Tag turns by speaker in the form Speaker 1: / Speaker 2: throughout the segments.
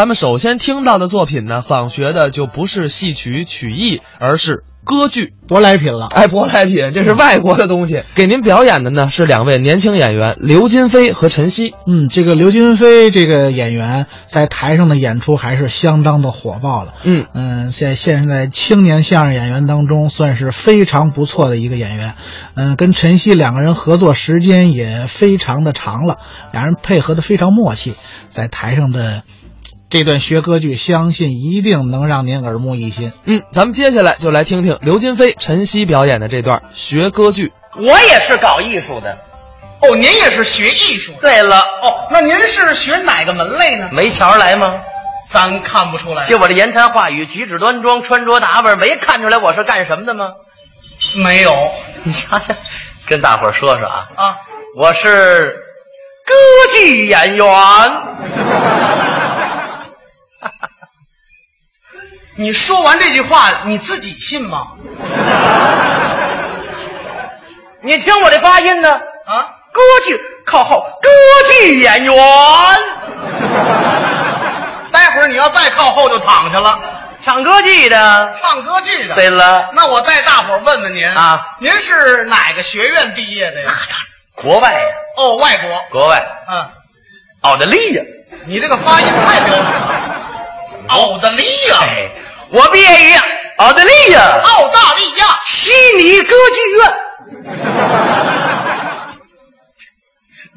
Speaker 1: 咱们首先听到的作品呢，仿学的就不是戏曲曲艺，而是歌剧。
Speaker 2: 舶来品了。
Speaker 1: 哎，舶来品，这是外国的东西。给您表演的呢是两位年轻演员刘金飞和陈曦。
Speaker 2: 嗯，这个刘金飞这个演员在台上的演出还是相当的火爆的。
Speaker 1: 嗯
Speaker 2: 嗯，现现在青年相声演员当中算是非常不错的一个演员。嗯，跟陈曦两个人合作时间也非常的长了，俩人配合的非常默契，在台上的这段学歌剧，相信一定能让您耳目一新。
Speaker 1: 嗯，咱们接下来就来听听刘金飞、陈曦表演的这段学歌剧。
Speaker 3: 我也是搞艺术的。
Speaker 4: 哦，您也是学艺术的
Speaker 3: 对了，
Speaker 4: 哦？那您是学哪个门类呢？
Speaker 3: 没瞧出来吗？
Speaker 4: 咱看不出来，
Speaker 3: 就我这言谈话语、举止端庄、穿着打扮，没看出来我是干什么的吗？
Speaker 4: 没有
Speaker 3: 你瞧瞧，跟大伙儿说说啊，
Speaker 4: 啊？
Speaker 3: 我是歌剧演员。
Speaker 4: 你说完这句话，你自己信吗？
Speaker 3: 你听我这发音呢，
Speaker 4: 啊？
Speaker 3: 歌剧靠后，歌剧演员。
Speaker 4: 待会儿你要再靠后就躺下了，
Speaker 3: 唱歌剧的。
Speaker 4: 唱歌剧的。
Speaker 3: 对，了，
Speaker 4: 那我带大伙儿问问您
Speaker 3: 啊，
Speaker 4: 您是哪个学院毕业的呀？
Speaker 3: 国外呀，
Speaker 4: 哦，外国。
Speaker 3: 国外，
Speaker 4: 嗯、
Speaker 3: 奥地利呀。
Speaker 4: 你这个发音太标准了。奥地利呀、
Speaker 3: 哎，我毕业于奥地利呀，
Speaker 4: 澳大利亚，
Speaker 3: 悉尼歌剧院。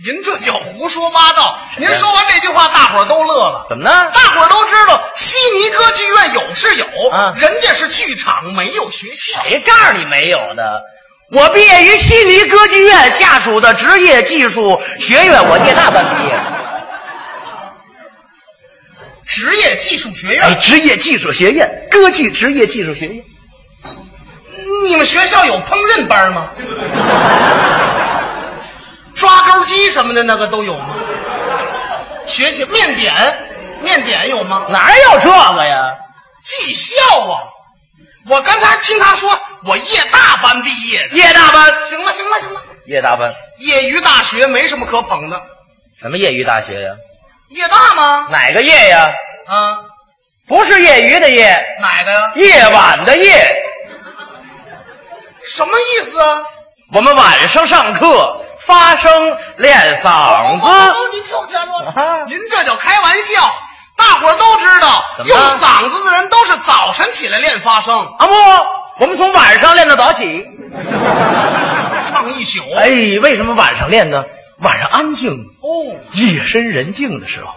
Speaker 4: 您这叫胡说八道。您说完这句话，大伙儿都乐了。
Speaker 3: 怎么呢？
Speaker 4: 大伙儿都知道，悉尼歌剧院有是有，
Speaker 3: 啊
Speaker 4: 人家是剧场，没有学校。
Speaker 3: 谁告诉你没有呢？我毕业于悉尼歌剧院下属的职业技术学院，我电大班毕业。
Speaker 4: 职业技术学院，
Speaker 3: 哎，职业技术学院，歌剧职业技术学院。
Speaker 4: 你们学校有烹饪班吗？抓钩机什么的那个都有吗？学习面点，面点有吗？
Speaker 3: 哪儿有这个呀？
Speaker 4: 技校啊！我刚才听他说，我夜大班毕业的。
Speaker 3: 夜大班，
Speaker 4: 行了，行了，行了，
Speaker 3: 夜大班，
Speaker 4: 业余大学没什么可捧的，
Speaker 3: 什么业余大学呀？
Speaker 4: 夜大吗？
Speaker 3: 哪个夜呀？
Speaker 4: 啊，
Speaker 3: 不是业余的夜，
Speaker 4: 哪个呀？
Speaker 3: 夜晚的夜。
Speaker 4: 什么意思啊？
Speaker 3: 我们晚上上课发声练嗓
Speaker 4: 哦，
Speaker 3: 子。
Speaker 4: 您听我讲
Speaker 3: 啊
Speaker 4: 了，您这叫开玩笑。大伙儿都知道，
Speaker 3: 怎么
Speaker 4: 用
Speaker 3: 了
Speaker 4: 嗓子的人都是早晨起来练发声，
Speaker 3: 啊不，我们从晚上练到早起。
Speaker 4: 唱一宿。
Speaker 3: 哎，为什么晚上练呢？晚上安静，
Speaker 4: 哦，
Speaker 3: 夜深人静的时候，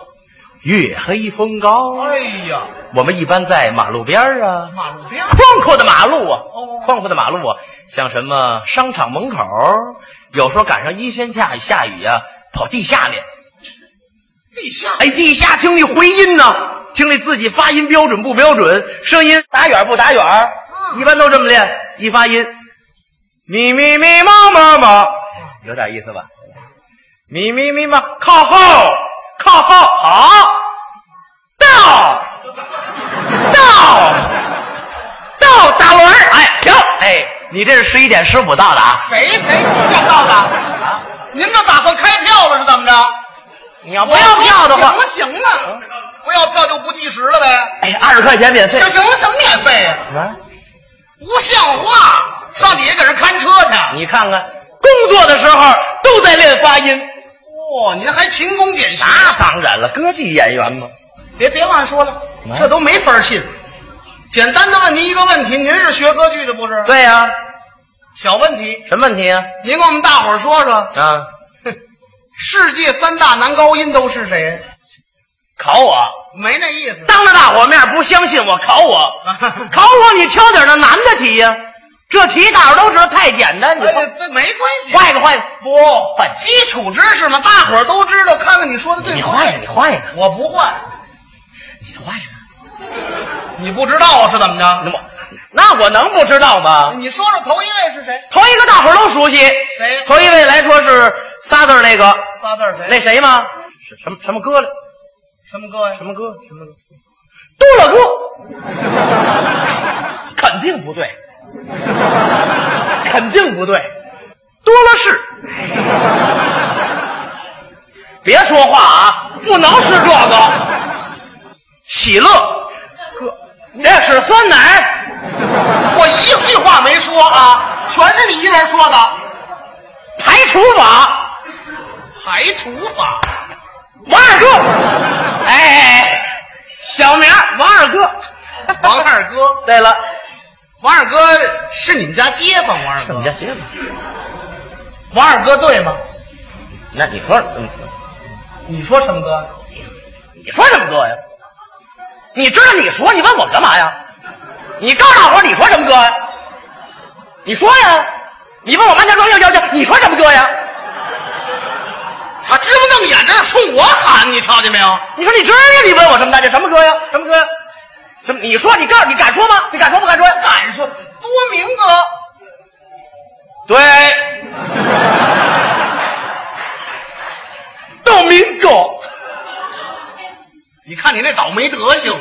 Speaker 3: 月黑风高。啊
Speaker 4: 哎呀，
Speaker 3: 我们一般在马路边儿啊，
Speaker 4: 马路边儿
Speaker 3: 宽阔的马路啊
Speaker 4: 哦，
Speaker 3: 宽阔的马路啊，像什么商场门口，有时候赶上阴天下雨下雨啊，跑地下练。
Speaker 4: 地下，
Speaker 3: 哎，地下听力回音呢，听力自己发音标准不标准，声音打远不打远儿，
Speaker 4: 嗯
Speaker 3: 一般都这么练，一发音，咪咪咪嘛嘛嘛，有点意思吧？咪咪咪嘛，靠后，靠后，好，到，到，到打轮儿，哎，停，哎，你这是十一点十五到的啊？
Speaker 4: 谁谁几点到的？啊，您这打算开票了是怎么着？
Speaker 3: 你要不
Speaker 4: 我
Speaker 3: 啊要
Speaker 4: 要
Speaker 3: 票的话
Speaker 4: 行，了行了，不要票就不计时了呗。
Speaker 3: 哎，二十块钱免费
Speaker 4: 行。行了，什么免费呀、
Speaker 3: 啊
Speaker 4: 不像话！上底下给人看车去。
Speaker 3: 你看看，工作的时候都在练发音。
Speaker 4: 哇、哦您还勤工俭学。
Speaker 3: 那当然了，歌剧演员嘛。
Speaker 4: 别别往下说了
Speaker 3: 嗯，
Speaker 4: 这都没法信。简单的问您一个问题，您是学歌剧的不是？，
Speaker 3: 对呀、
Speaker 4: 小问题，
Speaker 3: 什么问题啊？
Speaker 4: 您给我们大伙儿说说，
Speaker 3: 啊，
Speaker 4: 世界三大男高音都是谁？
Speaker 3: 考我，
Speaker 4: 没那意思。
Speaker 3: 当着大伙面不相信我，考我， 考我，你挑点那难的题呀、这题大伙都知道太简单，你
Speaker 4: 哎呀，这没关系。
Speaker 3: 画一个，画一个，
Speaker 4: 不，基础知识嘛，大伙儿都知道。看看你说的对
Speaker 3: 你
Speaker 4: 不
Speaker 3: 画一个，
Speaker 4: 对？
Speaker 3: 你画一个，
Speaker 4: 我不会，
Speaker 3: 你画一个。
Speaker 4: 你不知道是怎么
Speaker 3: 那
Speaker 4: 着？
Speaker 3: 我，那我能不知道吗？
Speaker 4: 你说说头一位是谁？
Speaker 3: 头一个大伙都熟悉，
Speaker 4: 谁
Speaker 3: 头一位来说是仨字儿那个
Speaker 4: 仨字儿谁？
Speaker 3: 那谁吗？是什么什么歌来？
Speaker 4: 什么歌呀
Speaker 3: 什？么歌？什么歌？杜乐歌，肯定不对，肯定不对，多了是。别说话啊，不能是这个。喜乐，哥，你这是酸奶，
Speaker 4: 我一句话没说啊，全是你一人说的。
Speaker 3: 排除法，
Speaker 4: 排除法，
Speaker 3: 王二哥，哎哎，哎小名儿王二哥。
Speaker 4: 王二哥，
Speaker 3: 对了，
Speaker 4: 王二哥是你们家街坊，王二
Speaker 3: 我
Speaker 4: 哥，
Speaker 3: 家街坊，
Speaker 4: 王二哥对吗？
Speaker 3: 那你说，嗯
Speaker 4: 你说什么哥？
Speaker 3: 你说什么哥呀？你知道你说，你问我干嘛呀？你告诉大伙儿你说什么哥呀？你说呀？你问我满家庄要要要，你说什么哥呀？
Speaker 4: 啊，直不瞪眼，这是冲我喊，你瞧见没有？
Speaker 3: 你说你知道你问我什么大姐什么哥呀？什么哥呀？什么？你说你告你敢说吗？你敢说不敢说呀？
Speaker 4: 敢说多明哥，
Speaker 3: 对， 道明哥，
Speaker 4: 你看你那倒霉德 行，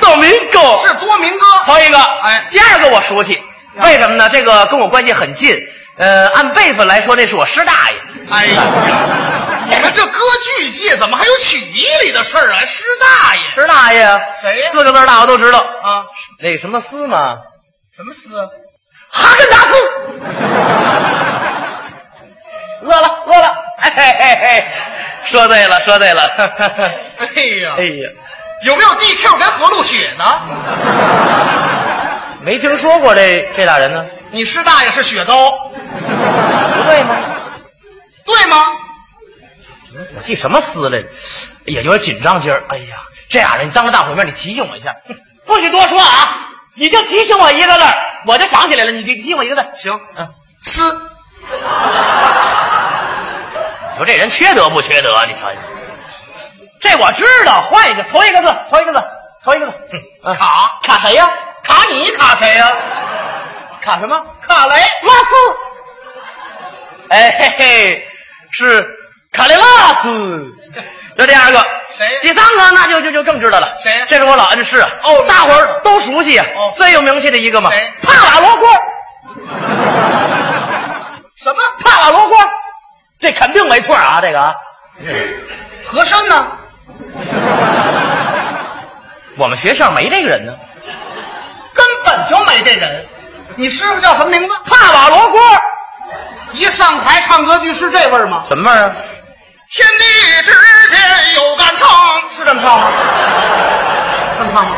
Speaker 3: 道明哥
Speaker 4: 是多明哥。
Speaker 3: 头一个，
Speaker 4: 哎
Speaker 3: 第二个我熟悉，为什么呢？这个跟我关系很近，呃，按辈分来说，这是我师大爷。
Speaker 4: 哎呀，你们这歌剧界怎么还有曲艺里的事儿啊？师大爷
Speaker 3: 师大爷啊
Speaker 4: 谁呀
Speaker 3: 四个字儿大伙都知道，
Speaker 4: 啊，
Speaker 3: 那个什么司嘛，
Speaker 4: 什么啊司？
Speaker 3: 哈根达斯。 饿了，饿了，哎嘿嘿嘿，说对了，说对了。
Speaker 4: 哎呀
Speaker 3: 哎，呀，
Speaker 4: 有没有 DQ 跟何路雪呢？
Speaker 3: 没听说过这这俩人呢？
Speaker 4: 你师大爷是雪糕，
Speaker 3: 不对吗？
Speaker 4: 对吗？
Speaker 3: 我记什么司来着？也有点紧张今儿。哎呀，这俩人，你当着大伙面，你提醒我一下，不许多说啊！你就提醒我一个字儿，我就想起来了。你提醒我一个字儿，
Speaker 4: 行，
Speaker 3: 嗯，
Speaker 4: 司
Speaker 3: 你说这人缺德不缺德啊？你瞧瞧，这我知道，换一个，头一个字，头一个字，头一个字。
Speaker 4: 哼
Speaker 3: 嗯
Speaker 4: 卡
Speaker 3: 卡谁呀、
Speaker 4: 卡你卡谁呀、
Speaker 3: 卡什么？
Speaker 4: 卡雷
Speaker 3: 拉斯。哎嘿嘿，是卡雷拉斯。这第二个，
Speaker 4: 谁
Speaker 3: 第三个那就就就更知道了。
Speaker 4: 谁
Speaker 3: 这是我老恩师啊。
Speaker 4: 哦
Speaker 3: 大伙儿都熟悉啊。
Speaker 4: 哦
Speaker 3: 最有名气的一个嘛。
Speaker 4: 谁
Speaker 3: 帕瓦罗锅，
Speaker 4: 什么
Speaker 3: 帕瓦罗锅，这肯定没错啊，这个啊。
Speaker 4: 和珅呢？
Speaker 3: 我们学校没这个人呢。
Speaker 4: 根本就没这人。你师傅叫什么名字？
Speaker 3: 帕瓦罗锅
Speaker 4: 一上台唱歌剧是这味儿吗？
Speaker 3: 什么味儿啊？
Speaker 4: 天地之间有杆秤，是这么唱吗？这么唱吗？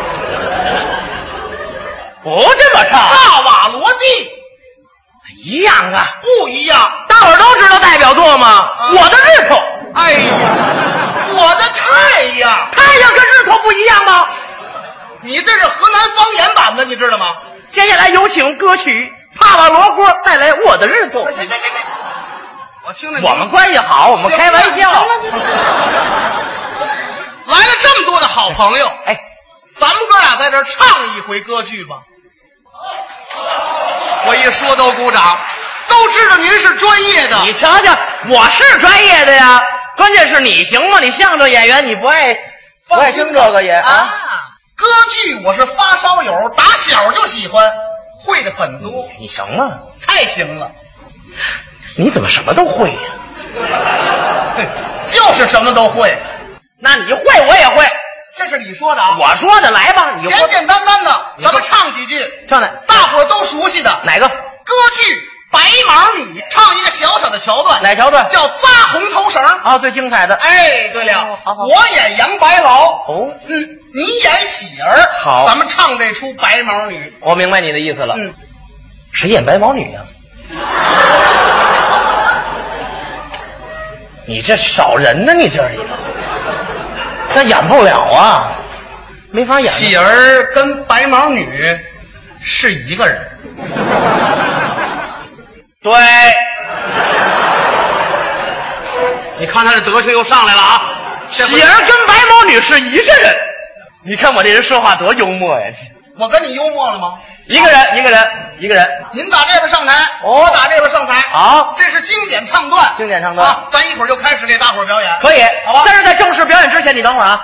Speaker 3: 不这么唱，啊
Speaker 4: 大瓦罗地
Speaker 3: 一样啊。
Speaker 4: 不一样。
Speaker 3: 大伙儿都知道代表作吗？
Speaker 4: 啊
Speaker 3: 我的日头，
Speaker 4: 哎呀，我的太阳！
Speaker 3: 太阳跟日头不一样吗？
Speaker 4: 你这是河南方言版的，你知道吗？
Speaker 3: 接下来有请歌曲《帕瓦罗锅》带来《我的日头》。
Speaker 4: 行行行行行，我听着你
Speaker 3: 我们关系好，我们开玩笑。
Speaker 4: 行了行了来了这么多的好朋友，
Speaker 3: 哎，
Speaker 4: 咱们哥俩在这儿唱一回歌剧吧。我一说都鼓掌，都知道您是专业的。
Speaker 3: 你瞧瞧，我是专业的呀，关键是你行吗？你相声演员你不爱，不爱听这个也啊？
Speaker 4: 啊，歌剧我是发烧友，打小就喜欢，会的很多，
Speaker 3: 你行吗？
Speaker 4: 太行了，
Speaker 3: 你怎么什么都会呀、
Speaker 4: 就是什么都会。
Speaker 3: 那你会我也会，
Speaker 4: 这是你说的啊，
Speaker 3: 我说的来吧，你就
Speaker 4: 简简单单的，
Speaker 3: 你
Speaker 4: 咱
Speaker 3: 说
Speaker 4: 们唱几句，
Speaker 3: 唱哪
Speaker 4: 大伙儿都熟悉的
Speaker 3: 哪个
Speaker 4: 歌剧《白毛女》，唱一个小小的桥段，
Speaker 3: 哪桥段？
Speaker 4: 叫扎红头绳。
Speaker 3: 啊，最精彩的。
Speaker 4: 哎，对了，
Speaker 3: 哦好好
Speaker 4: 我演杨白劳，
Speaker 3: 哦，
Speaker 4: 嗯，你演喜儿，
Speaker 3: 好
Speaker 4: 咱们唱这出《白毛女》。
Speaker 3: 我明白你的意思了。
Speaker 4: 嗯，
Speaker 3: 谁演白毛女 呀、你这少人呢，你这里头，那演不了啊，没法演。
Speaker 4: 喜儿跟白毛女是一个人，
Speaker 3: 对，
Speaker 4: 你看他这德行又上来了啊！这回
Speaker 3: 喜儿跟白毛女是一个人。你看我这人说话多幽默呀、
Speaker 4: 我跟你幽默了吗？
Speaker 3: 一个人，一个人，一个人。
Speaker 4: 您打这边上台，
Speaker 3: 哦
Speaker 4: 我打这边上台。
Speaker 3: 好
Speaker 4: 这是经典唱段，
Speaker 3: 经典唱段
Speaker 4: 啊！咱一会儿就开始给大伙儿表演，
Speaker 3: 可以，
Speaker 4: 好吧？
Speaker 3: 但是在正式表演之前，你等会儿啊，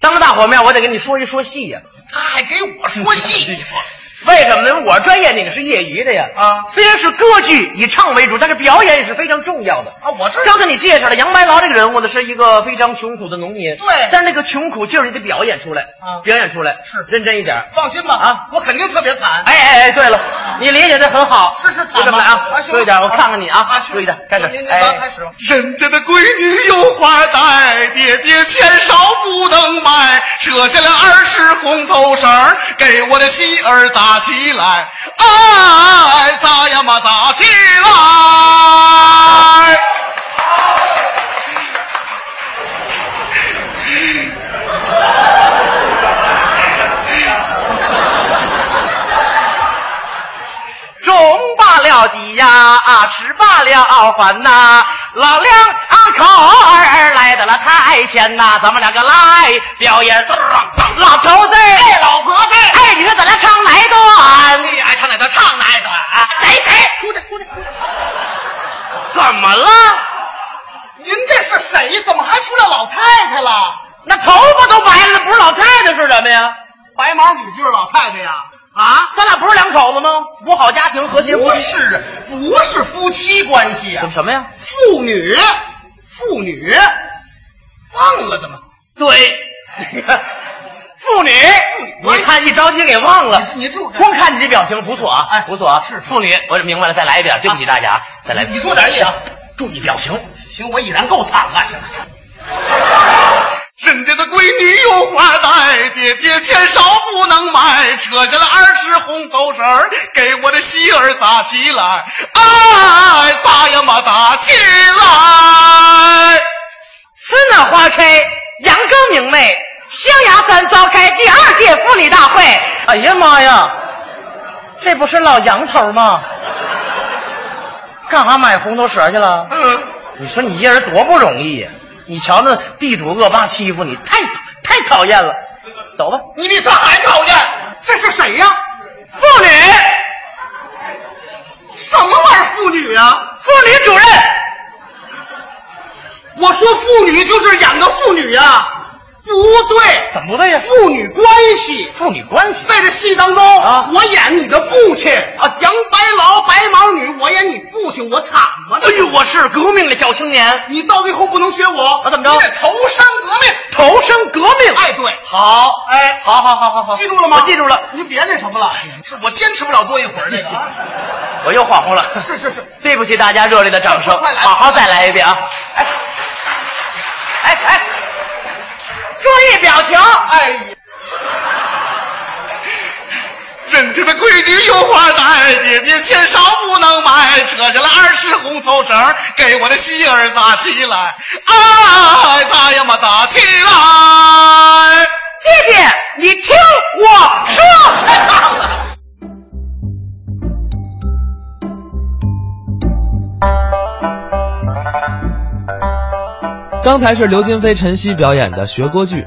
Speaker 3: 当着大伙面，我得跟你说一说戏呀、
Speaker 4: 他还给我说戏，你说
Speaker 3: 为什么呢？我专业那个是业余的呀。
Speaker 4: 啊
Speaker 3: 虽然是歌剧以唱为主，但是表演也是非常重要的。
Speaker 4: 啊，我这
Speaker 3: 刚才你介绍了杨白劳这个人物呢，是一个非常穷苦的农民。
Speaker 4: 对
Speaker 3: 但是那个穷苦劲儿你得表演出来
Speaker 4: 啊
Speaker 3: 表演出来
Speaker 4: 是
Speaker 3: 认真一点。
Speaker 4: 放心吧
Speaker 3: 啊，
Speaker 4: 我肯定特别惨。
Speaker 3: 哎哎哎，对了，你理解的很好。
Speaker 4: 啊是是惨
Speaker 3: 就这么来
Speaker 4: 吧啊
Speaker 3: 啊，
Speaker 4: 行
Speaker 3: 注意点，我看看你啊，
Speaker 4: 啊行
Speaker 3: 注意点，开始
Speaker 4: 您您。
Speaker 3: 哎，
Speaker 4: 您开始吧
Speaker 5: 人家的闺女有花戴，爹爹钱少不能买，舍下了二十红头绳儿给我的媳儿扎起来，哎，扎呀嘛扎起来。
Speaker 3: 种罢了地呀，啊，吃罢了饭呐、老两口儿来到了台前呐、咱们两个来表演。老头子，哎，老婆子，哎，你说咱俩唱哪一段？
Speaker 4: 你哎爱唱哪段唱哪一段啊？
Speaker 3: 来来，出去出去出去！怎么了？
Speaker 4: 您这是谁？怎么还出来老太太了？
Speaker 3: 那头发都白了，不是老太太是什么呀？
Speaker 4: 白毛女就是老太太呀？啊，
Speaker 3: 咱俩不是两口子吗？不好家庭和谐
Speaker 4: 不
Speaker 3: 夫妻
Speaker 5: 啊
Speaker 4: 是，不是夫妻关系
Speaker 3: 什么
Speaker 4: 啊，
Speaker 3: 什么呀？
Speaker 4: 父女，父女，忘了的吗？
Speaker 3: 对，妇女，你看一着急给忘了。
Speaker 4: 嗯你你住这
Speaker 3: 光看你这表情不错啊，
Speaker 4: 哎
Speaker 3: 不错啊，是妇女，我明白了，再来一遍，对不起大家啊，再来一遍。
Speaker 4: 你说哪儿也行
Speaker 3: 注意表情，
Speaker 4: 行，我已然够惨了，行。
Speaker 5: 人家的闺女有花戴，爹爹钱少不能买，扯下了二十红头绳儿给我的媳儿扎起来，哎，扎呀嘛扎起来。
Speaker 3: 春暖花开，阳光明媚，象牙山召开第二届妇女大会。哎呀妈呀，这不是老杨头吗？干啥买红头蛇去了？
Speaker 5: 嗯，
Speaker 4: 哎
Speaker 3: 你说你一人多不容易呀！你瞧那地主恶霸欺负你，太太讨厌了。走吧，
Speaker 4: 你比他还讨厌，这是谁呀、
Speaker 3: 妇女，
Speaker 4: 什么玩意儿妇女啊？
Speaker 3: 妇女主任，
Speaker 4: 我说妇女就是养的妇女啊，不对，
Speaker 3: 怎么不对呀、
Speaker 4: 父女关系。
Speaker 3: 父女关系
Speaker 4: 在这戏当中
Speaker 3: 啊
Speaker 4: 我演你的父亲啊，杨白劳、白毛女，我演你父亲，我惨吗？
Speaker 3: 哎呦，，我是革命的小青年，
Speaker 4: 你到最后不能学我，
Speaker 3: 啊怎么着
Speaker 4: 你得投身革命。
Speaker 3: 投身革命。
Speaker 4: 哎，对，
Speaker 3: 好，
Speaker 4: 哎
Speaker 3: 好好好好好，
Speaker 4: 记住了吗？
Speaker 3: 我记住了，
Speaker 4: 您别那什么了，
Speaker 5: 哎
Speaker 4: 是我坚持不了多一会儿这个啊。
Speaker 3: 我又恍惚了。
Speaker 4: 是是是，
Speaker 3: 对不起大家热烈的掌声，
Speaker 4: 快来
Speaker 3: 好好再来一遍啊！哎，哎哎，注意表情。
Speaker 4: 哎呀，
Speaker 5: 人家的闺女有花戴，爹爹钱少不能买，扯下了二十红头绳儿给我的媳儿扎起来，哎，扎呀嘛扎起来。
Speaker 3: 弟弟，你听我说。
Speaker 4: 太唱了。
Speaker 1: 刚才是刘金飞、陈曦表演的学歌剧，